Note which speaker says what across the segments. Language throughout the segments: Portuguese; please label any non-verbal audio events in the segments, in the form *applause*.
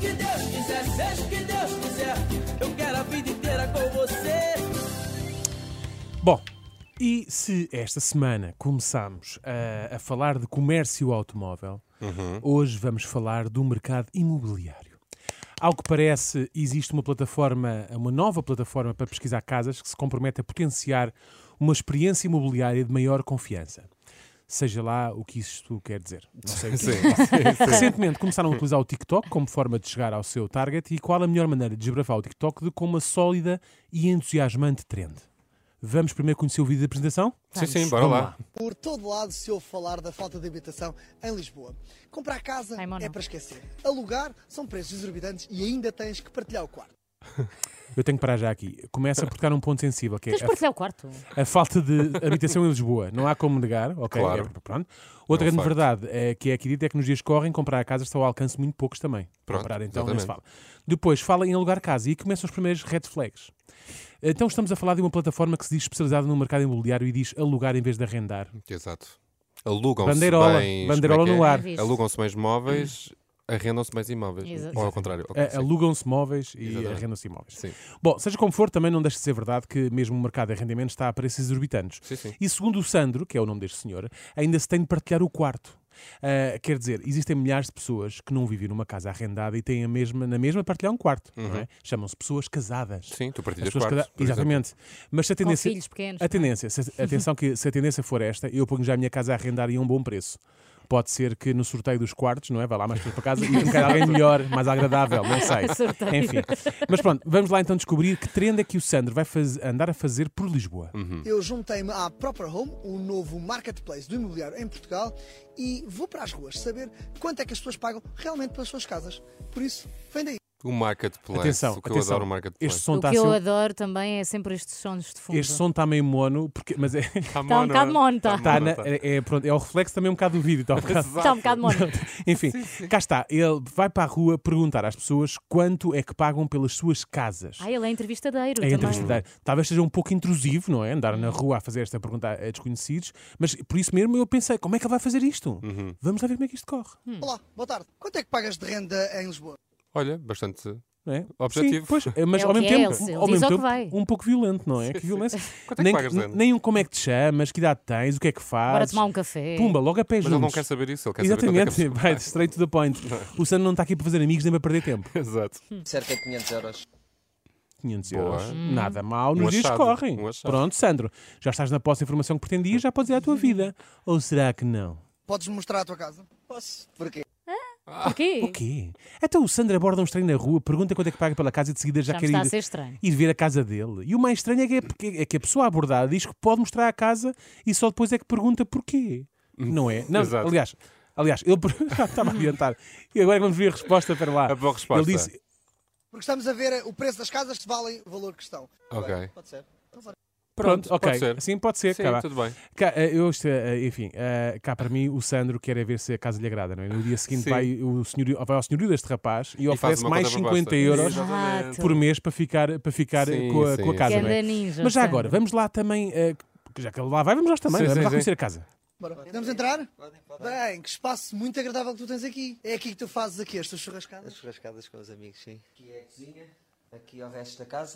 Speaker 1: que Deus quiser, seja o que Deus quiser. Eu quero a vida inteira com você.
Speaker 2: Bom, e se esta semana começámos a, a falar de comércio automóvel, hoje vamos falar do mercado imobiliário. Ao que parece, existe uma plataforma, uma nova plataforma para pesquisar casas que se compromete a potenciar uma experiência imobiliária de maior confiança. Seja lá o que isto quer dizer. Não sei o que é. Recentemente começaram a utilizar o TikTok como forma de chegar ao seu target e qual a melhor maneira de desbravar o TikTok do que com uma sólida e entusiasmante trend. Vamos primeiro conhecer o vídeo da apresentação?
Speaker 3: Sim, sim, bora
Speaker 2: Vamos
Speaker 3: lá.
Speaker 4: Por todo lado se ouve falar da falta de habitação em Lisboa. Comprar casa
Speaker 5: Ai, mono.
Speaker 4: é para esquecer. Alugar são preços exorbitantes e ainda tens que partilhar o quarto.
Speaker 2: Eu tenho que parar já aqui. Começa por tocar um ponto sensível, que é
Speaker 5: Tens por que é o quarto.
Speaker 2: a, a falta de habitação em Lisboa. Não há como negar, ok?
Speaker 3: Claro.
Speaker 2: É, pronto. Outra
Speaker 3: É um
Speaker 2: grande
Speaker 3: facto.
Speaker 2: verdade é, que é aqui dita é que nos dias que correm, comprar casa está ao alcance de muito poucos também.
Speaker 3: Pronto,
Speaker 2: comprar então, nem se
Speaker 3: exatamente.
Speaker 2: fala. Depois, fala em alugar casa e aí começam os primeiros red flags. Então estamos a falar de uma plataforma que se diz especializada no mercado imobiliário e diz alugar em vez de arrendar.
Speaker 3: Exato. Alugam-se
Speaker 2: Bandeirola,
Speaker 3: bens.
Speaker 2: bandeirola
Speaker 3: como é que
Speaker 2: no
Speaker 3: é?
Speaker 2: ar.
Speaker 5: Visto.
Speaker 3: Alugam-se bens móveis, arrendam-se bens imóveis.
Speaker 5: Exato.
Speaker 3: Ou ao contrário. ok,
Speaker 2: A-
Speaker 3: sim.
Speaker 2: Alugam-se móveis e
Speaker 3: Exatamente.
Speaker 2: arrendam-se imóveis.
Speaker 3: Sim.
Speaker 2: Bom, seja como for, também não deixa de ser verdade que mesmo o mercado de arrendamento está a preços exorbitantes.
Speaker 3: Sim, sim.
Speaker 2: E segundo o Sandro, que é o nome deste senhor, ainda se tem de partilhar o quarto. Ah, quer dizer, existem milhares de pessoas que não vivem numa casa arrendada e têm a mesma, na mesma partilhar um quarto. não é? Chamam-se pessoas casadas.
Speaker 3: Uhum. Sim, tu
Speaker 2: As
Speaker 3: partilhas
Speaker 2: pessoas
Speaker 3: quartos.
Speaker 2: cada-
Speaker 3: por exemplo.
Speaker 2: Exatamente. Mas se a tendência.
Speaker 5: filhos pequenos,
Speaker 2: A
Speaker 5: não é?
Speaker 2: tendência, se a- atenção que se a tendência for esta, eu ponho já a minha casa a arrendar e a um bom preço. Pode ser que no sorteio dos quartos, não é? Vá lá mais pessoas para casa e encontrar alguém melhor, mais agradável, não sei.
Speaker 5: *laughs* Sorteio.
Speaker 2: Enfim. Mas pronto, vamos lá então descobrir que trend é que o Sandro vai faz- andar a fazer por Lisboa.
Speaker 3: Uhum.
Speaker 4: Eu juntei-me à Proper Home, o novo marketplace do imobiliário em Portugal, e vou para as ruas saber quanto é que as pessoas pagam realmente pelas suas casas. Por isso, vem daí.
Speaker 3: O marketplace.
Speaker 2: Atenção,
Speaker 3: o que eu
Speaker 2: atenção.
Speaker 3: adoro o marketplace.
Speaker 2: Este som
Speaker 5: o que
Speaker 2: está a
Speaker 5: eu
Speaker 2: ser-
Speaker 5: adoro também é sempre estes sons de fundo.
Speaker 2: Este som está meio mono, porque, mas é, *laughs*
Speaker 3: Está
Speaker 5: Está um bocado mono, está.
Speaker 2: está na-
Speaker 3: tá.
Speaker 2: é, é- pronto, é o reflexo também um bocado do
Speaker 3: *laughs*
Speaker 2: vídeo. Está um bocado-
Speaker 5: Está um bocado *laughs* mono.
Speaker 2: Enfim, cá está. Ele vai para a rua perguntar às pessoas quanto é que pagam pelas suas casas.
Speaker 5: Ah, ele é entrevistadeiro
Speaker 2: É
Speaker 5: também. Uhum.
Speaker 2: entrevistador. Talvez seja um pouco intrusivo, não é? Andar na rua a fazer esta pergunta a desconhecidos, mas por isso mesmo eu pensei, como é que ele vai fazer isto?
Speaker 3: Uhum.
Speaker 2: Vamos lá ver como é que isto corre.
Speaker 5: Hum.
Speaker 4: Olá, boa tarde. Quanto é que pagas de renda em Lisboa?
Speaker 3: Olha, bastante.
Speaker 2: Não é?
Speaker 3: Objetivo.
Speaker 2: Sim,
Speaker 3: *laughs*
Speaker 2: pois, é, mas
Speaker 5: É o
Speaker 2: ao
Speaker 5: que
Speaker 2: mesmo
Speaker 5: é,
Speaker 2: tempo,
Speaker 5: ele- ele
Speaker 2: ao
Speaker 5: diz
Speaker 2: mesmo
Speaker 5: ao que
Speaker 2: tempo,
Speaker 5: vai.
Speaker 2: um pouco violento, não é? Que violência.
Speaker 3: Quanto é que
Speaker 2: nem,
Speaker 3: pagas, Dani?
Speaker 2: nem um como é que te chamas, que idade tens, o que é que
Speaker 5: Bora
Speaker 2: fazes.
Speaker 5: tomar um café.
Speaker 2: Pumba, logo a pé
Speaker 3: Mas ele não quer saber isso, ele quer
Speaker 2: Exatamente,
Speaker 3: saber quanto é que
Speaker 2: vai straight to the point.
Speaker 3: *laughs*
Speaker 2: O Sandro não está aqui para fazer amigos nem para perder tempo.
Speaker 3: a pessoa- *laughs* Exato.
Speaker 1: Cerca de 500 euros.
Speaker 2: 500
Speaker 3: Boa.
Speaker 2: euros.
Speaker 5: Hum.
Speaker 2: Nada mal. Nos
Speaker 3: Um
Speaker 2: dias que
Speaker 3: achado,
Speaker 2: correm.
Speaker 3: um achado. Hum.
Speaker 2: Pronto, Sandro, já estás na posse da informação que pretendias, já podes ir à
Speaker 5: Hum.
Speaker 2: tua vida. Ou será que não?
Speaker 4: Podes mostrar a tua casa?
Speaker 1: Posso? Porquê?
Speaker 5: Porquê?
Speaker 2: O quê? Então o Sandro aborda um estranho na rua, pergunta quanto é que paga pela casa e de seguida já,
Speaker 5: Já me
Speaker 2: quer
Speaker 5: está a
Speaker 2: ir,
Speaker 5: ser estranho.
Speaker 2: ir ver a casa dele. E o mais estranho é que, é- é que a pessoa abordada diz que pode mostrar a casa e só depois é que pergunta porquê. Não é? Não,
Speaker 3: Exato.
Speaker 2: aliás, aliás, ele per- *laughs* já estava a adiantar. E agora é vamos ver a resposta para lá.
Speaker 3: A boa resposta.
Speaker 2: Ele disse,
Speaker 4: Porque estamos a ver o preço das casas se valem o valor que estão.
Speaker 3: Ok.
Speaker 4: Pode ser. Então, bora.
Speaker 2: pronto, ok,
Speaker 3: pode ser.
Speaker 2: assim pode ser.
Speaker 3: Sim,
Speaker 2: cá vá.
Speaker 3: tudo bem.
Speaker 2: Cá, eh, eu, isto, eh, enfim, eh, cá para mim o Sandro quer é ver se a casa lhe agrada, não é? No dia seguinte
Speaker 3: Sim.
Speaker 2: vai, o senhorio, vai ao senhorio deste rapaz e,
Speaker 3: faz
Speaker 2: oferece
Speaker 3: uma
Speaker 2: mais
Speaker 3: contraproposta.
Speaker 2: 50 euros
Speaker 3: Exatamente.
Speaker 2: por mês para ficar, para ficar
Speaker 3: Sim,
Speaker 2: com, a,
Speaker 3: sim,
Speaker 2: com a casa,
Speaker 5: Ganda
Speaker 2: não é?
Speaker 5: ninja,
Speaker 2: Mas já
Speaker 5: Sandro.
Speaker 2: agora, vamos lá também, eh, já que ele lá vai, vamos nós também,
Speaker 3: Sim,
Speaker 2: vamos
Speaker 3: sim,
Speaker 2: lá
Speaker 3: sim.
Speaker 2: conhecer a casa.
Speaker 4: Bora. Podemos entrar? Bem, que espaço muito agradável que tu tens aqui. É aqui que tu fazes aqui as tuas churrascadas?
Speaker 1: Churrascadas com os amigos, sim. Aqui é a cozinha, aqui é o resto da casa.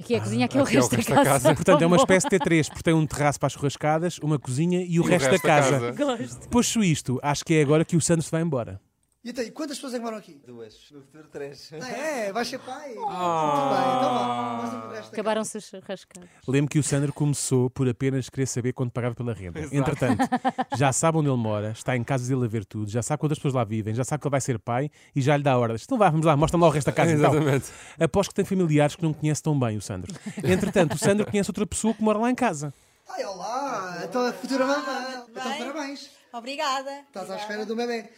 Speaker 5: Aqui é a cozinha, aqui é o
Speaker 3: aqui é o
Speaker 5: resto da
Speaker 3: resto da
Speaker 5: casa.
Speaker 2: *laughs*
Speaker 3: casa.
Speaker 2: Portanto, é uma espécie de T3, porque tem um terraço para as churrascadas, uma cozinha e o, resto, da casa.
Speaker 5: Gosto.
Speaker 2: Posto isto, acho que é agora que o Sandro se vai embora.
Speaker 4: E até aí, quantas pessoas é que moram aqui?
Speaker 1: Duas. No futuro, três.
Speaker 4: Ah, é, vais ser pai. Muito bem, então vá. Mostra-me o resto da
Speaker 5: Acabaram-se os rascados.
Speaker 2: Lembro que o Sandro começou por apenas querer saber quanto pagava pela renda. Entretanto, já sabe onde ele mora, está em casa dele a ver tudo, já sabe quantas pessoas lá vivem, já sabe que ele vai ser pai e já lhe dá ordens. Então vá, vamos lá, mostra-me lá o resto da casa. Então.
Speaker 3: Exatamente.
Speaker 2: Após que tem familiares que não conhece tão bem o Sandro. Entretanto, o Sandro conhece outra pessoa que mora lá em casa.
Speaker 4: casa. Ai, olá. Então a futura mamãe. Então
Speaker 6: Bem.
Speaker 4: parabéns.
Speaker 6: Obrigada.
Speaker 4: Estás à espera do bebê.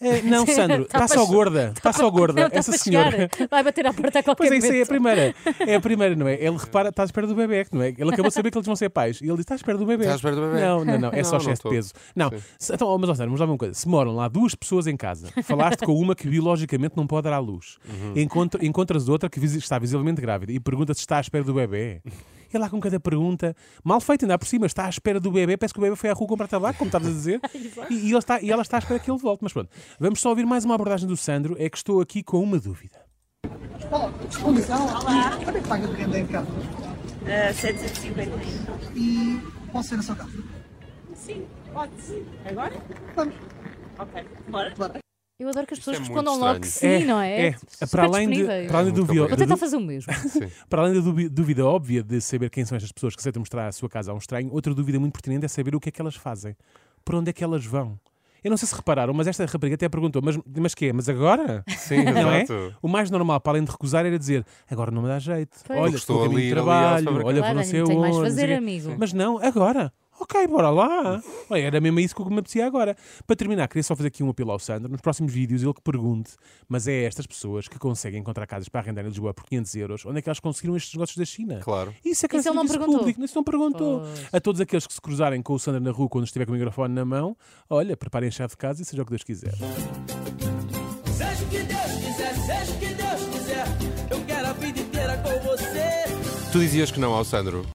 Speaker 2: Eh, não, Sandro, está só gorda, está só gorda,
Speaker 5: Não, tá está
Speaker 2: essa
Speaker 5: para
Speaker 2: senhora.
Speaker 5: chegar. Vai bater à porta a qualquer
Speaker 2: Pois é, isso aí é a
Speaker 5: momento.
Speaker 2: primeira. É a primeira, não é? Ele repara, está à espera do bebê, não é? Ele acabou de saber que eles vão ser pais. E ele diz: está à espera do bebê.
Speaker 3: Está Tá à espera do bebé.
Speaker 2: Não, não, não. É só
Speaker 3: Não,
Speaker 2: excesso
Speaker 3: não estou.
Speaker 2: de peso. Não.
Speaker 3: Sim.
Speaker 2: Se, então, ó, mas, ó, Sandra, vamos lá ver uma coisa. Se moram lá duas pessoas em casa, falaste com uma que biologicamente não pode dar à
Speaker 3: Uhum.
Speaker 2: luz, Encontra- encontras outra que visi- está visivelmente grávida e pergunta se está à espera do bebê. É lá com cada pergunta. Mal feito, ainda por cima. Está à espera do bebê. Parece que o bebê foi à rua comprar tabaco, como estavas a dizer. e, e ele está, e ela está à espera que ele volte. Mas pronto. Vamos só ouvir mais uma abordagem do Sandro. É que estou aqui com uma dúvida.
Speaker 4: Olá, então, Olá. Quanto é que paga de renda em Cabo?
Speaker 6: Ah, 750.
Speaker 4: E posso ir na sua casa?
Speaker 6: Sim, pode. sim. Agora?
Speaker 4: Vamos.
Speaker 6: Ok, bora.
Speaker 5: Eu adoro que as pessoas
Speaker 3: é muito
Speaker 5: respondam logo que sim,
Speaker 2: É,
Speaker 5: não é?
Speaker 2: é.
Speaker 5: Super
Speaker 2: Para além de-
Speaker 5: disponíveis.
Speaker 2: para além do
Speaker 3: Muito
Speaker 2: vi-
Speaker 5: Vou
Speaker 3: obrigado.
Speaker 5: tentar fazer o mesmo.
Speaker 2: Para além da dúvida, dúvida óbvia de saber quem são estas pessoas que aceitam mostrar a sua casa a um estranho, outra dúvida muito pertinente é saber o que é que elas fazem. Para onde é que elas vão? Eu não sei se repararam, mas esta rapariga até perguntou: mas, mas quê? Mas agora?
Speaker 3: Sim,
Speaker 2: *laughs* Não é?
Speaker 3: exato.
Speaker 2: O mais normal, para além de recusar, era dizer: agora não me dá jeito.
Speaker 5: Pois.
Speaker 2: Olha,
Speaker 5: Porque
Speaker 2: estou
Speaker 3: estou
Speaker 2: a caminho
Speaker 3: ali,
Speaker 2: de
Speaker 3: ali ao
Speaker 2: trabalho,
Speaker 3: supermercado.
Speaker 2: olha,
Speaker 5: Claro,
Speaker 2: vou não sei
Speaker 5: não tenho mais
Speaker 2: aonde, não
Speaker 5: fazer,
Speaker 2: sei o quê."
Speaker 5: amigo.
Speaker 2: Mas não, agora. Ok, bora lá. Olha, era mesmo isso que eu me apetecia agora. Para terminar, queria só fazer aqui um apelo ao Sandro. Nos próximos vídeos ele que pergunte, mas é estas pessoas que conseguem encontrar casas para arrendar em Lisboa por 500 euros, onde é que elas conseguiram estes negócios da China?
Speaker 3: Claro.
Speaker 2: Isso é que
Speaker 5: Isso ele não perguntou.
Speaker 2: público. Isso não perguntou. A todos aqueles que se cruzarem com o Sandro na rua quando estiver com o microfone na mão, olha, preparem a chave de casa e seja o que Deus quiser.
Speaker 1: Seja o que Deus quiser, seja o que Deus quiser, eu quero a vida inteira com você.
Speaker 3: Tu dizias que não ao Sandro.